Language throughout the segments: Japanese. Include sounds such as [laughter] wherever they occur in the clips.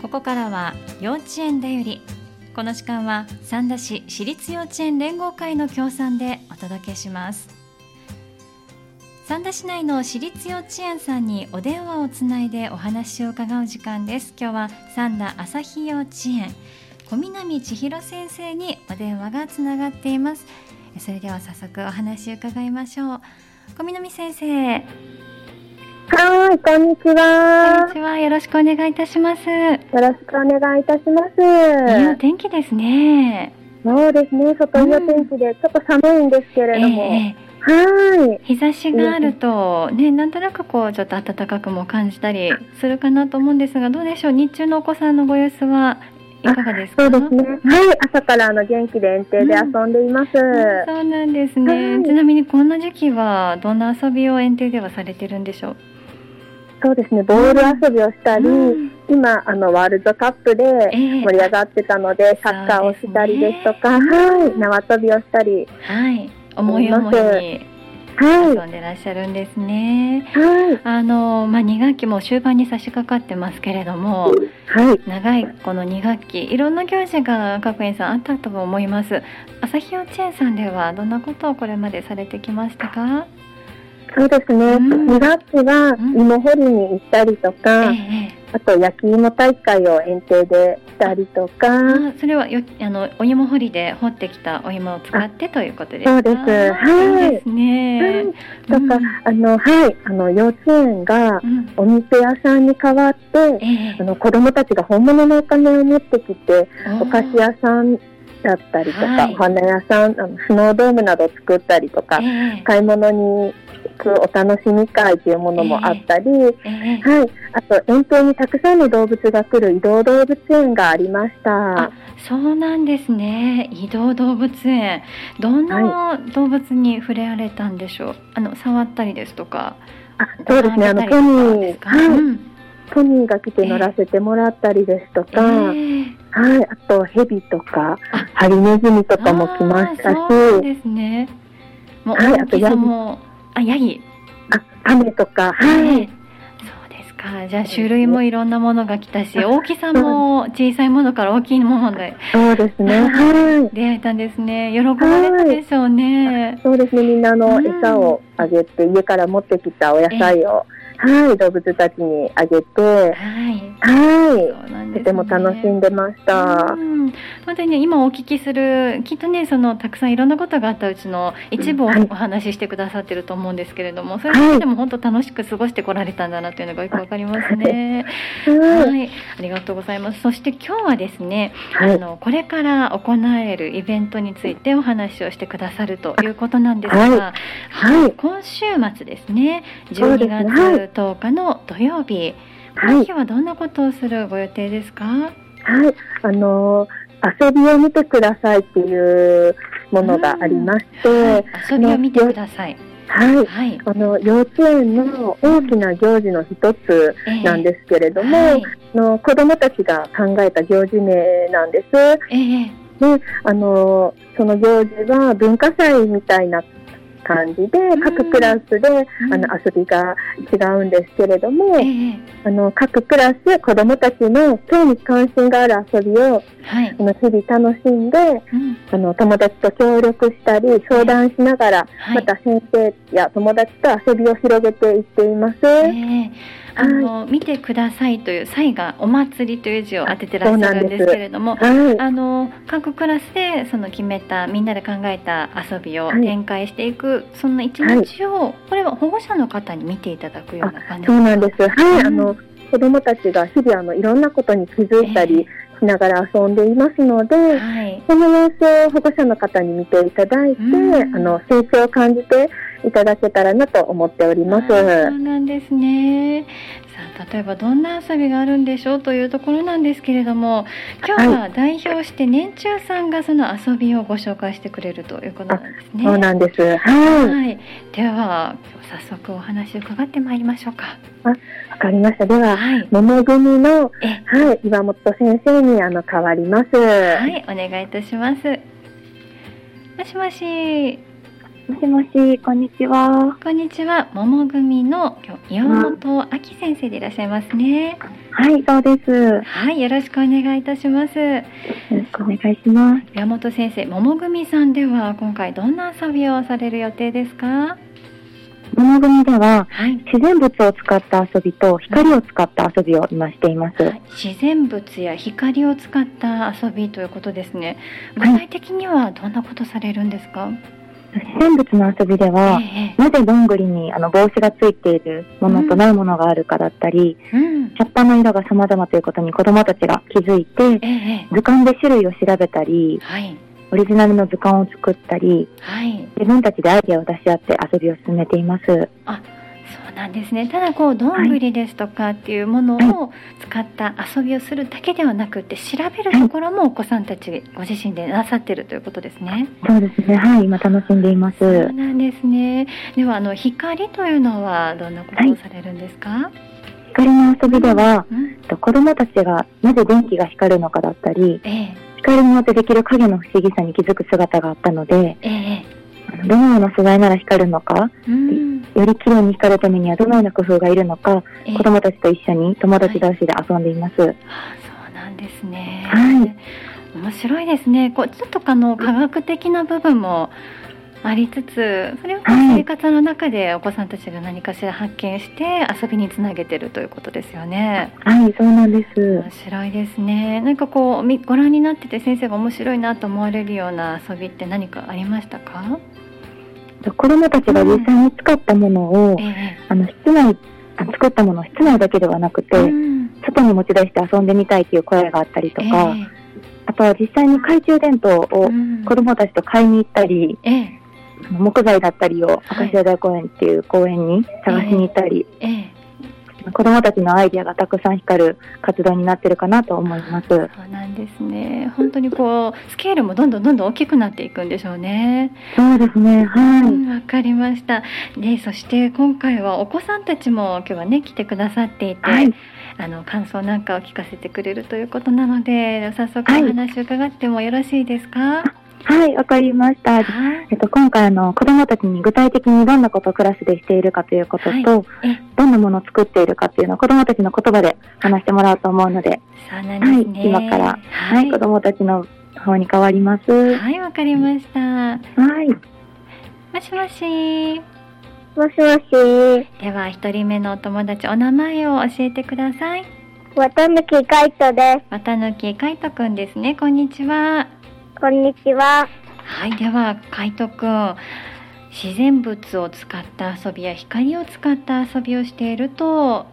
ここからは幼稚園だよりこの時間は三田市私立幼稚園連合会の協賛でお届けします三田市内の私立幼稚園さんにお電話をつないでお話を伺う時間です今日は三田朝日幼稚園小南千尋先生にお電話がつながっていますそれでは早速お話を伺いましょう小南先生はい、こんにちこは。んにちはよろしくお願いいたしますよろしくお願いいたしまいいおす。天気ですねそうですね、外いいお天気で、ちょっと寒いんですけれども。ええは日差しがあると、ね、なんとなくこうちょっと暖かくも感じたりするかなと思うんですがどうでしょう日中のお子さんのご様子はいかがですーい、そかうですね。はい、朝からあの元気で園庭で遊んでいます。うんそうなんですね、はいちなみにこんな時期はどんな遊びを園庭ではされてるんでしょうそうですね、ボール遊びをしたり、うん今あのワールドカップでええ盛り上がってたので、サッカーをしたりですとか、はい、縄跳びをしたり、はい思い思いにはい、遊んでらっしゃるんですねはい、あの、まあ、2学期も終盤に差し掛かってますけれどもはい。長いこの2学期いろんな行事が各園さんあったと思います朝日幼稚園さんではどんなことをこれまでされてきましたか、そうですね、うん2学期は芋掘りに行ったりとえか、えあと焼き芋大会を園庭でしたりとか、あそれはよあのお芋掘りで掘ってきたお芋を使ってということですかそうですはいいいですね、うんとか、あのはいあの幼稚園がうんうんお店屋さんに代わって、えあの子供たちが本物のお金を持ってきて、えお菓子屋さんだったりとか、はいお花屋さんあのスノードームなどを作ったりとか、ええ買い物に行くお楽しみ会というものもあったり、ええはい、あと園庭にたくさんの動物が来る移動動物園がありました。そうなんですね移動動物園どんな動物に触れられたんでしょう、あの触ったりですとかあそうですね、あのごポ覧にニなったー、りとかですかはい、うんポニーが来て乗らせてもらったりですとか、ええはい、あとヘビとかあハリネズミとかも来ましたしあーそうですね。もうはい大きさも、あ、ヤギ。あタメとか、はねそい、うですか。じゃあ種類もいろんなものが来たし、大きさも小さいものから大きいものでそうですね、はい、出会えたんですね。喜ばれたでしょうね。そうですね、みんなあの、うん餌をあげて家から持ってきたお野菜を、はい、動物たちにあげて、はい。そはうなんい、です、ね。とても楽しんでましうた。ん本当にね今お聞きするきっとねそのたくさんいろんなことがあったうちの一部をはいお話ししてくださってると思うんですけれども、そういうことでも本当楽しく過ごしてこられたんだなというのがよくわかりますね。は、はいい、ありがとうございます。そして今日はですね、はあい、のこれから行われるイベントについてお話をしてくださるということなんですが、ははい、今週末ですね、そうです12ねはい月10日の土曜日、こはのい日、はどんなことをするご予定ですか？はい、あの遊びを見てくださいっていうものがありまして、遊びを見てください。はい、はい。あの幼稚園の大きな行事の一つなんですけれけども、あの子どもたちが考えた行事名なんです。ええで、あのその行事は文化祭みたいな感じでん各クラスで、あの遊びが違うんですけれども、ええあの各クラス子どもたちの興味関心がある遊びをはいあ。の日々楽しんでうんあの友達と協力したり相談しながら、はいまた先生や友達と遊びを広げていっています。ええあの、見てくださいという際がお祭りという字を当ててらっしゃるんですけれども、はい、あの各クラスでその決めたみんなで考えた遊びをはい展開していく、その一日を、これは保護者の方に見ていただくような感じそうなんです。はい、うんあの子どもたちが日々あのいろんなことに気づいたりしながら遊んでいますので、はい、その様子を保護者の方に見ていただいて、うんあの成長を感じていただけたらなと思っております。あーそうなんですねさあ例えばどんな遊びがあるんでしょうというところなんですけれども今日は代表して年中さんがその遊びをご紹介してくれるということなんですね。そうなんです。はい。はい、では今日早速お話を伺ってまいりましょうか。わかりました。では、はい、桃組の、えはい、岩本先生にあの変わります。はい、お願いいたします。もしもし。もしもし、こんにちは。こんにちは、桃組の今日岩本亜紀先生でいらっしゃいますね。はい、そうです。よはい、よろしくお願いいたします。ろしくお願いします。岩本先生、桃組さんでは今回どんな遊びをされる予定ですか？物組では、はい。自然物を使った遊びと光を使った遊びを今しています。自然物や光を使った遊びということですね。具はい体的にはどんなことされるんですか？自然物の遊びでは、えなぜどんぐりにあの帽子がついているものとないものがあるかだったり、え、うん、葉っぱの色が様々ということに子供たちが気づいて、ええ、図鑑で種類を調べたり、はい、オリジナルの図鑑を作ったり、はい。自分たちでアイデアを出し合って遊びを進めています。そうなんですね。ただこうどんぐりですとかっていうものを使った遊びをするだけではなくて、調べるところもお子さんたちご自身でなさってるということですね。そうですね。はい、今楽しんでいまそすう。なんですね。ではあの光というのはどんなことをされるんですか？光の遊びでは、うん、子供たちがなぜ電気が光るのかだったり、ええ、光によってできる影の不思議さに気づく姿があったので、ええ、あのどのような素材なら光るのか、うん、より綺麗に光るためにはどのような工夫がいるのか、ええ子供たちと一緒に友達同士で遊んでいます。あそうなんですね。はい面白いですね。こうちょっとあの科学的な部分もありつつ、それをこうはい生活の中でお子さんたちが何かしら発見して遊びにつなげてるということですよね。はい、そうなんです面。白いですね。なんかこうみご覧になってて先生が面白いなと思われるような遊びって何かありましたか？子供たちが実際に使ったものを、ええあの、室内、あ作ったものを室内だけではなくて、うん外に持ち出して遊んでみたいという声があったりとか、えあとは実際に懐中電灯えうをん子供たちと買いに行ったり、ええ木材だったりをはい明石家大公園っていう公園に探しに行ったり、ええ子どもたちのアイデアがたくさん光る活動になってるかなと思います。そうそうなんですね。本当にこうスケールもどんどんどんどん大きくなっていくんでしょうね。ですね、うはい。んわかりました。で、そして今回はお子さんたちも今日はね来てくださっていて、はい、あの感想なんかを聞かせてくれるということなので、早速はいお話を伺ってもよろしいですか？はい、わかりました。はい。えっと、今回あの子どもたちに具体的にどんなことをクラスでしているかということと、え、どんなものを作っているかっていうのを子どもたちの言葉で話してもらおうと思うので、そうなんですね。はい今からは、はいい。子どもたちの方に変わります。はい、わかりました。はい。もしもし。もしもし、では一人目のお友達お名前を教えてください。綿貫海斗で綿貫海斗くんですね。こんにちは。す。こんにちは。はい、では海斗くん、自然物を使った遊びや光を使った遊びをしていると、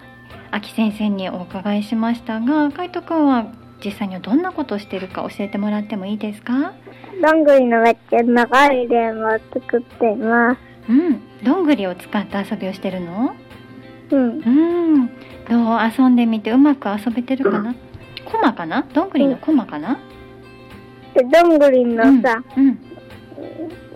秋先生にお伺いしましたが、海斗くんは実際にはどんなことをしているか教えてもらってもいいですか？どんぐりのめっちゃ長いレンを作っています。うん、どんぐりを使った遊びをしてるの？うん。うん、どう遊んでみてうまく遊べてるかな？コマかな？どんぐりのコマかな？で、どんぐりのさ、うん、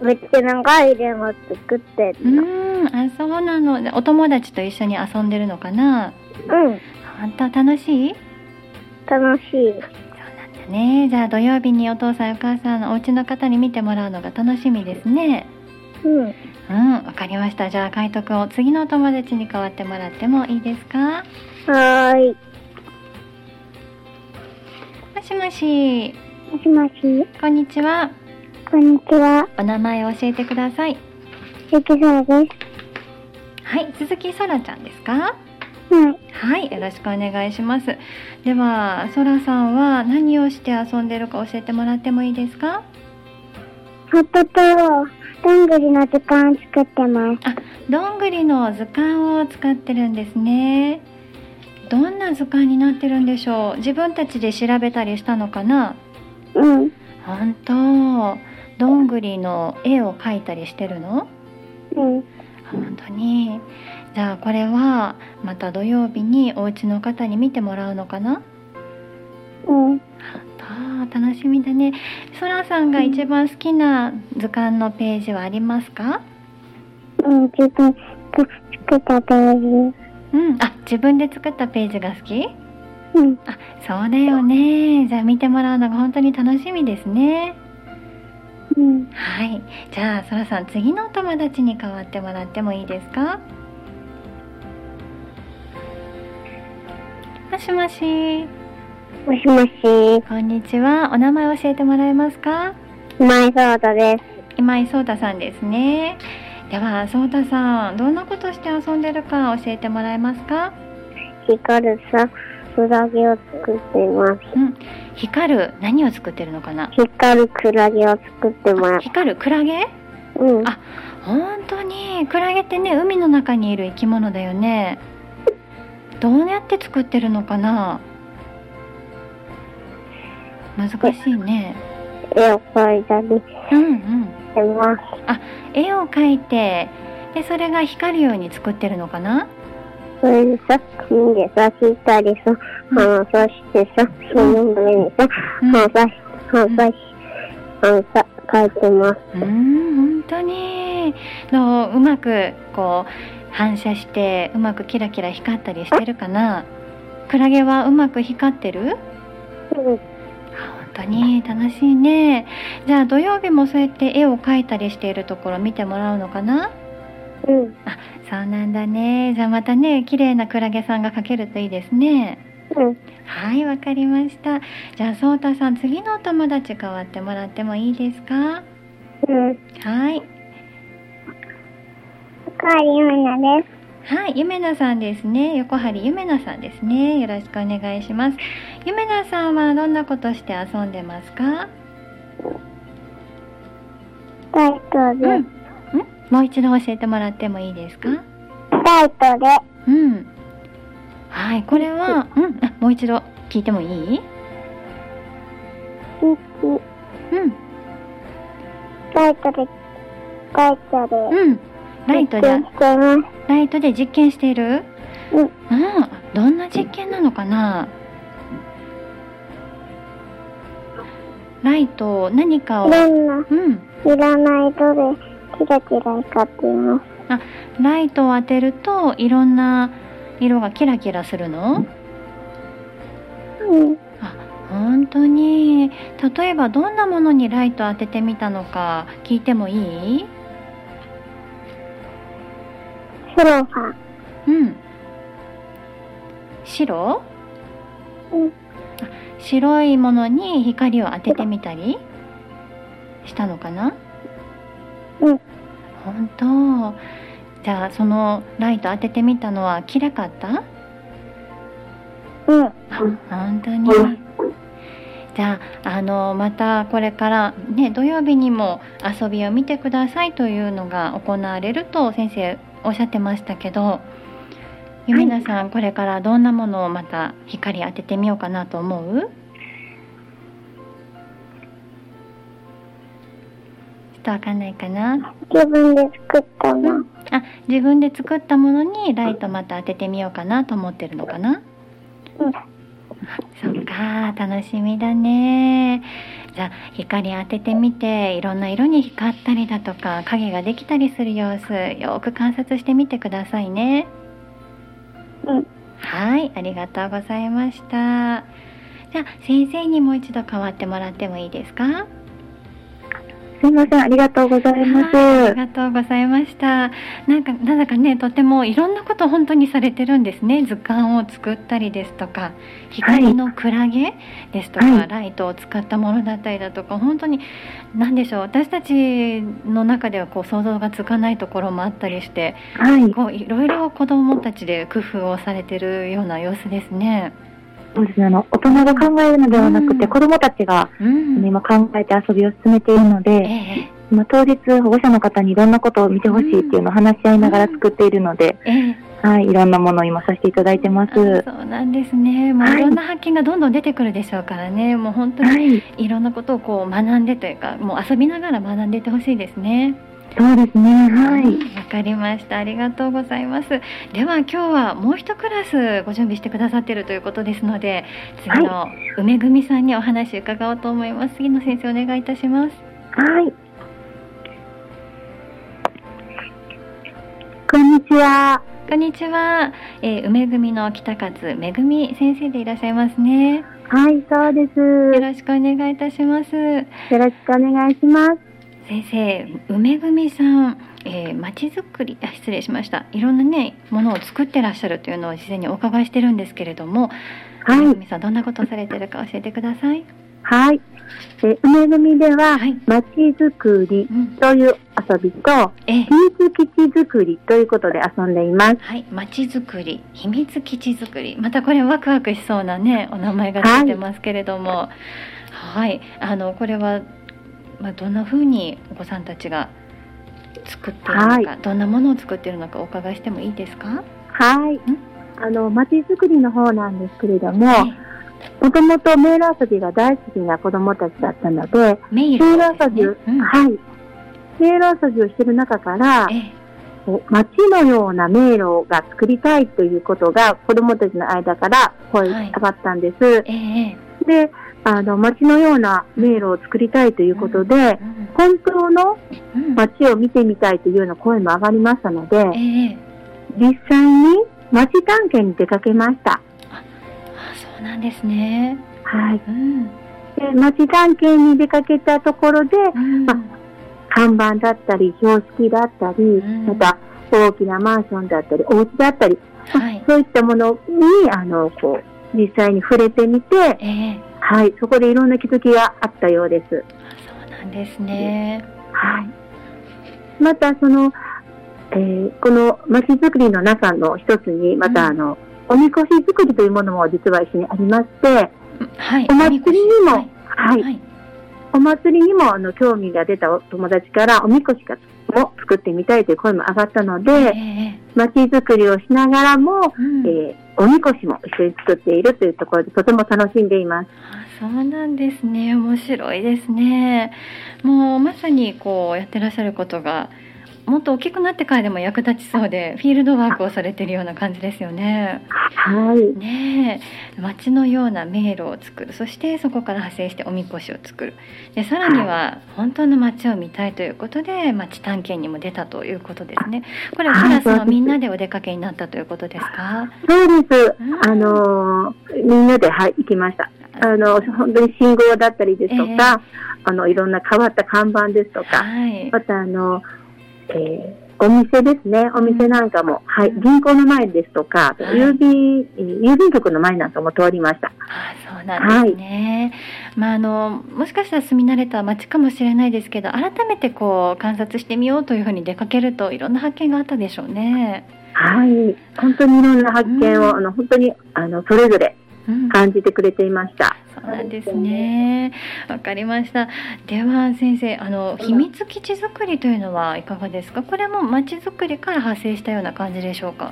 めっちゃ長いレンを作ってうるの。ん、あ、そうなの。お友達と一緒に遊んでるのかな？うん。本当楽しい？楽しい。そうなんだね。じゃあ土曜日にお父さんやお母さんのお家の方に見てもらうのが楽しみですね。うん。うん、わかりました。じゃあ海斗くんを次のお友達に代わってもらってもいいですか？はーい。もしもし、もしもし、こんにちは。こんにちは。お名前を教えてください。ゆきさです。はい、鈴木そらちゃんですか？はい。はい、よろしくお願いします。では、そらさんは何をして遊んでるか教えてもらってもいいですか？ホットと、どんぐりの図鑑を作ってます。どんぐりの図鑑を使ってるんですねどんな図鑑になってるんでしょう自分たちで調べたりしたのかなうん。本当どんぐりの絵を描いたりしてるのうん。本当にじゃあこれはまた土曜日にお家の方に見てもらうのかなうん。あー楽しみだねそらさんが一番好きな図鑑のページはありますかうん。自分が作ったページ。うん、あ自分で作ったページが好きうん。あ、そうだよね。じゃあ見てもらうのが本当に楽しみですね。うんはいじゃあそらさん次のお友達に代わってもらってもいいですかもしもしもしもし、こんにちはお名前教えてもらえますか今井聡太です。今井聡太さんですねでは聡太さんどんなことして遊んでるか教えてもらえますか光るさ、クラゲを作っています。光る何を作ってるのかな光るクラゲを作ってます。光るクラゲうんあ。本当にクラゲってね海の中にいる生き物だよねどうやって作ってるのかな難しいね絵を描いたりしうんうんてます。絵を描いてでそれが光るように作ってるのかなそれでさ、金でさ、引いたりさ、反射してさ、その上にさ、うん反射し、反射し、反射、描いてます。うーん本当にのうまくこう反射してうまくキラキラ光ったりしてるかなクラゲはうまく光ってるうんあ本当に楽しいねじゃあ土曜日もそうやって絵を描いたりしているところ見てもらうのかなうん。そうなんだねじゃあまたね綺麗なクラゲさんが描けるといいですねうんはいわかりましたじゃあそうたさん次のお友達代わってもらってもいいですかうん。はいかりゆなです。はい、ゆめなさんですね。横張ゆめなさんですね。よろしくお願いします。ゆめなさんはどんなことして遊んでますか？タイトうん。ん？もう一度教えてもらってもいいですか？タイトル。うん。はい、これは、うん、あもう一度聞いてもいい？うん、ライトで、ライトで、うん。ライトでしてます。ライトで実験している？うんああ、どんな実験なのかな？ライト何かをいろんな、うん。いらない色で、キラキラ光っています。ライトを当てるといろんな色がキラキラするのうん。本当に例えばどんなものにライトを当ててみたのか聞いてもいいソロファうん白、うんあ白いものに光を当ててみたりしたのかなうん本当じゃあそのライト当ててみたのはきらかったうん。本当に。じゃあ、あの、またこれからね、土曜日にも遊びを見てくださいというのが行われると先生おっしゃってましたけど、ゆみなさん、これからどんなものをまた光当ててみようかなと思うちょっとわかんないかな。自分で作ったの。うん。あ、自分で作ったものにライトまた当ててみようかなと思ってるのかなそっか楽しみだねじゃあ光当ててみていろんな色に光ったりだとか影ができたりする様子よく観察してみてくださいねうんはいありがとうございましたじゃあ先生にもう一度代わってもらってもいいですかすいません、ありがとうございます。はいありがとうございましたなんかなんだかねとてもいろんなこと本当にされてるんですね図鑑を作ったりですとか光のクラゲですとか、はいライトを使ったものだったりだとか本当に何でしょう私たちの中ではこう想像がつかないところもあったりしてはい、こういろいろ子どもたちで工夫をされてるような様子ですね。そうですね。あの大人が考えるのではなくて、うん子供たちがうん今考えて遊びを進めているのえで、えまあ当日保護者の方にいろんなことを見てほしいっていうのを話し合いながら作っているので、ええはい、いろんなものを今させていただいてます。あはそうなんですね。もうはいいろんな発見がどんどん出てくるでしょうからね。もう本当にい、いろんなことをこう学んでというかもう遊びながら学んでいってほしいですねそうですね。はい。わかりましたありがとうございますでは今日はもう一クラスご準備してくださっているということですので次の梅組さんにお話伺おうと思います杉野先生お願いいたしますはい。こんにちは。こんにちは、えー梅組の北勝めぐみ先生でいらっしゃいますねはい、そうです。よろしくお願いいたしますよろしくお願いします。先生梅組さんえー街、づくりあ失礼しましたいろんなねものを作ってらっしゃるというのを事前にお伺いしてるんですけれども、梅はい。組さんどんなことをされてるか教えてくださいはい。えー梅組では、はい、まちづくりうん、という遊びと、えー秘密基地づくりということで遊んでいます。はい、街づくり、秘密基地づくり、またこれワクワクしそうなね、お名前が出てますけれども、はい、あのこれはまあどんな風にお子さんたちが作っているのか、はどんなものを作っているのかお伺いしてもいいですか？はい。あの、まちづくりの方なんですけれども、はいもともと迷路遊びが大好きな子供たちだったので、メイ迷ル路です遊びね、を、うんはい。迷路遊びをしている中から、えこう街のような迷路が作りたいということが子供たちの間から声はい上がったんです。えええで、あの、街のような迷路を作りたいということで、うん本当のうん街を見てみたいというような声も上がりましたので、ええええ実際に街探検に出かけました。あそうなんですね。はい。うん、で、街探検に出かけたところで、うんま看板だったり、標識だったり、んまた大きなマンションだったり、お家だったり、はい、そういったものに、あの、こう、実際に触れてみて、ええはい、そこでいろんな気づきがあったようです。あそうなんですね。はい。また、その、えーこの街づくりの中の一つに、また、うあの、おみこし作りというものも実は一緒にありまして、はい、お祭りにも、ははいい、はい、お祭りにも、あの、興味が出たお友達から、おみこしがも作ってみたいという声も上がったのええで、ええ街づくりをしながらも、うんえーおみこしも一緒に作っているというところでとても楽しんでいます。あそうなんですね面白いですねもうまさにこうやってらっしゃることがもっと大きくなってからでも役立ちそうでフィールドワークをされてるような感じですよね。はい。ねえ街のような迷路を作るそしてそこから派生しておみこしを作るでさらには本当の街を見たいということで街探検にも出たということですねこれはクラスのみんなでお出かけになったということですかそうですうん。あのーみんなで、はい、行きました。あの、本当に信号だったりですとか、ええあの、いろんな変わった看板ですとか、はいまたあの、えーお店ですね。お店なんかも、はい、銀行の前ですとか、はい郵便、郵便局の前なんかも通りました。ああそうなんですね、まああのもしかしたら住み慣れた町かもしれないですけど改めてこう観察してみようというふうに出かけるといろんな発見があったでしょうね。はい。本当にいろんな発見を、うんあの、本当に、あの、それぞれうん感じてくれていました。そうなんですね。わかりました。では先生、あの秘密基地作りというのはいかがですか。これも町づくりから派生したような感じでしょうか。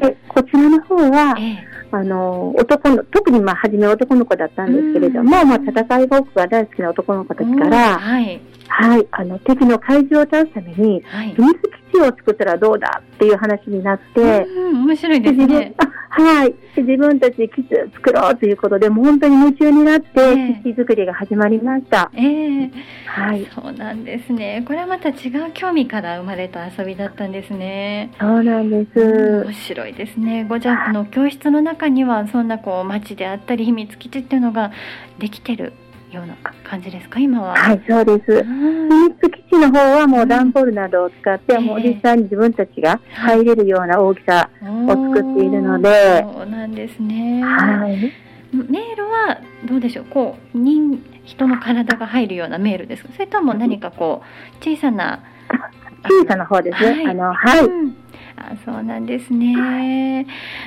でこちらの方は、ええ、あの男の特にまあ初め男の子だったんですけれども、うんまあ、戦いごっこが大好きな男の子たちかうんら、はいはい、あの敵の怪獣を倒すためにはい秘。密基地を作ったらどうだっていう話になって、うん面白いです自ね分。あ [laughs] はい、で自分たちで基地を作ろうということでもう本当に夢中になってええ基地作りが始まりました。ええはい、そうなんですね。これはまた違う興味から生まれた遊びだったんですね。そうなんで面す。白いですね。ごじゃあこの教室の中にはそんなこう町であったり秘密基地っていうのができてるような感じですか今は。はい、そうです。うん秘密基地の方はもう段ボールなどを使って、うんもうええ実際に自分たちが入れるような大きさ、を作っているのでそうなんですね。はい、迷路はどうでしょう。こう人人の体が入るような迷路ですか。それとも何かこう小さな小さな方ですね。はいあの、はい。うん、あそうなんですね。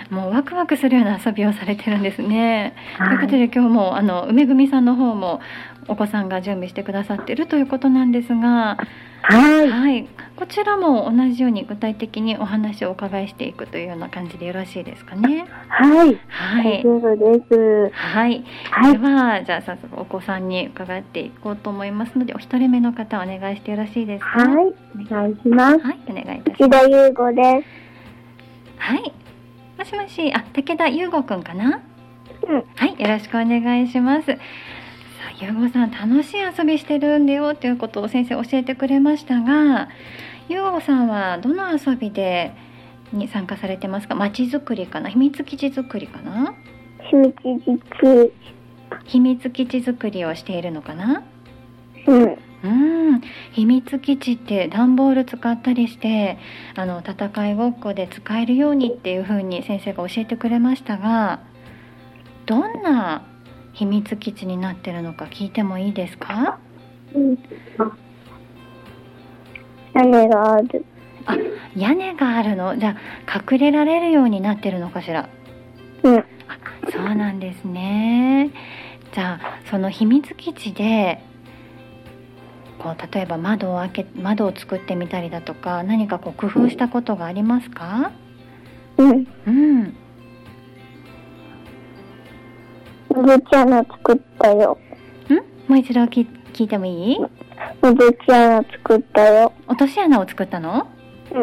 もうワクワクするような遊びをされてるんですね。ということで今日もあの梅組さんの方もお子さんが準備してくださってるということなんですが、はい。はい、こちらも同じように具体的にお話をお伺いしていくというような感じでよろしいですかね。はい。は大い。丈夫です。はい、はでい。はじゃあ早速お子さんに伺っていこうと思いますのでお一人目の方お願いしてよろしいですかはい。お願いします。はい、お願いいたします木田優子ではい。もしもし、あ、武田優吾くんかな。うんはい、よろしくお願いします。さあ、優吾さん、楽しい遊びしてるんだよということを先生教えてくれましたが。優吾さんはどの遊びで。に参加されてますか。まちづくりかな、秘密基地づくりかな。す。秘密基地。秘密基地づくりをしているのかな。うん。うん、秘密基地って段ボール使ったりしてあの戦いごっこで使えるようにっていう風に先生が教えてくれましたがどんな秘密基地になってるのか聞いてもいいですか屋根がある。屋根があるのじゃあ隠れられるようになってるのかしらうんあそうなんですねじゃあその秘密基地でこう例えば窓を開け窓を作ってみたりだとか何かこう工夫したことがありますかうん。うん水キャナ作ったよ。もう一度聞聞いてもいい水キャナ作ったよ。落とし穴を作ったのうん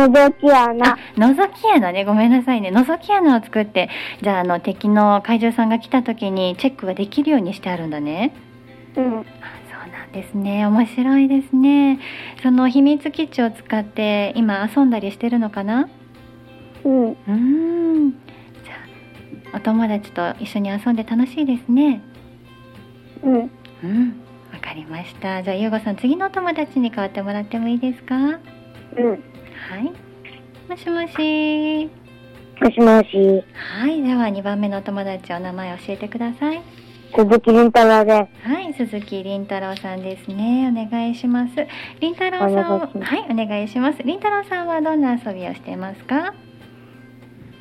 うん。のぞき穴あ。覗き穴ねごめんなさいね覗き穴を作ってじゃああの敵の怪獣さんが来た時にチェックができるようにしてあるんだねうん。そうなんですね面白いですねその秘密基地を使って今遊んだりしてるのかなうん。うーんじゃあお友達と一緒に遊んで楽しいですねうん。うんわかりましたじゃあゆうごさん次のお友達に代わってもらってもいいですかはうん。いもしもしもしもし。はいでは2番目のお友達お名前教えてください鈴木凛太郎ではい、鈴木凛太郎さんですね。お願いします。凛太郎さんお願いしを、まはい、お願いします。凛太郎さんはどんな遊びをしてますか？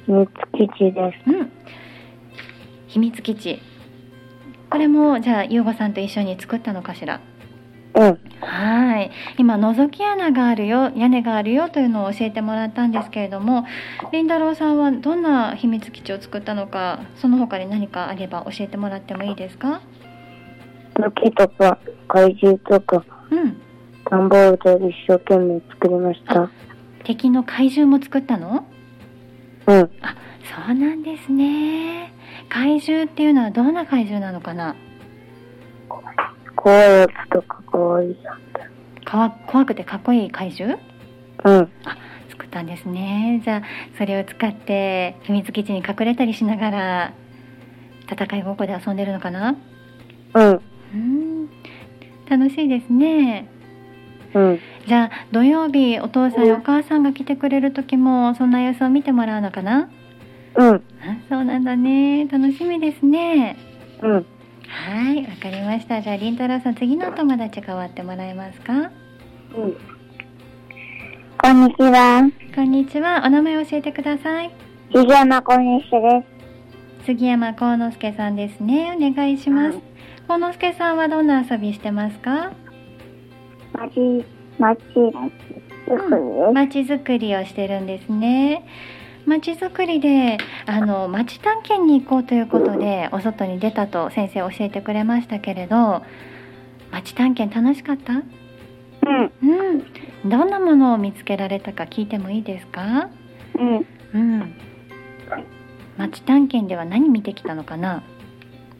す。三つ吉です。うん。秘密基地。これもじゃあゆうごさんと一緒に作ったのかしら。うん。はい。今覗き穴があるよ、屋根があるよというのを教えてもらったんですけれども、凛太郎さんはどんな秘密基地を作ったのか、その他に何かあれば教えてもらってもいいですか？時とか怪獣とかうん。段ボールで一生懸命作りました。敵の怪獣も作ったの？うん。あ、そうなんですね。怪獣っていうのはどんな怪獣なのかな。怖いやつとか怖いやかわ怖くてかっこいい怪獣つ。うん。作ったんですね。じゃあそれを使って秘密基地に隠れたりしながら戦いごっこで遊んでるのかな。うん。うん、楽しいですね。うん。じゃあ土曜日お父さんやお母さんが来てくれる時もそんな様子を見てもらうのかな。うん。あそうなんだね。楽しみですね。うん。はい、わかりました。じゃあ、りんたろうさん、次のお友達代わってもらえますか。こんにちは。こんにちは。お名前教えてください。杉山小西で杉山幸之助さんですね。お願いします。幸之助さんはどんな遊びしてますか。す。まち、まちです。まちづくりをしてるんですね。まちづくりで、あの、まち探検に行こうということで、お外に出たと先生教えてくれましたけれど。まち探検楽しかった。うん。うん。どんなものを見つけられたか聞いてもいいですか。うん。うん。町探検では何見てきたのかな。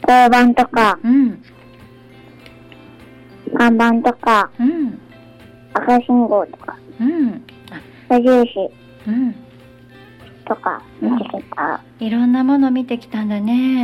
交番とか、うん。看板とか、うん。赤信号とか、うん。無印うん。とか見つけた。いろんなもの見てきたんだね。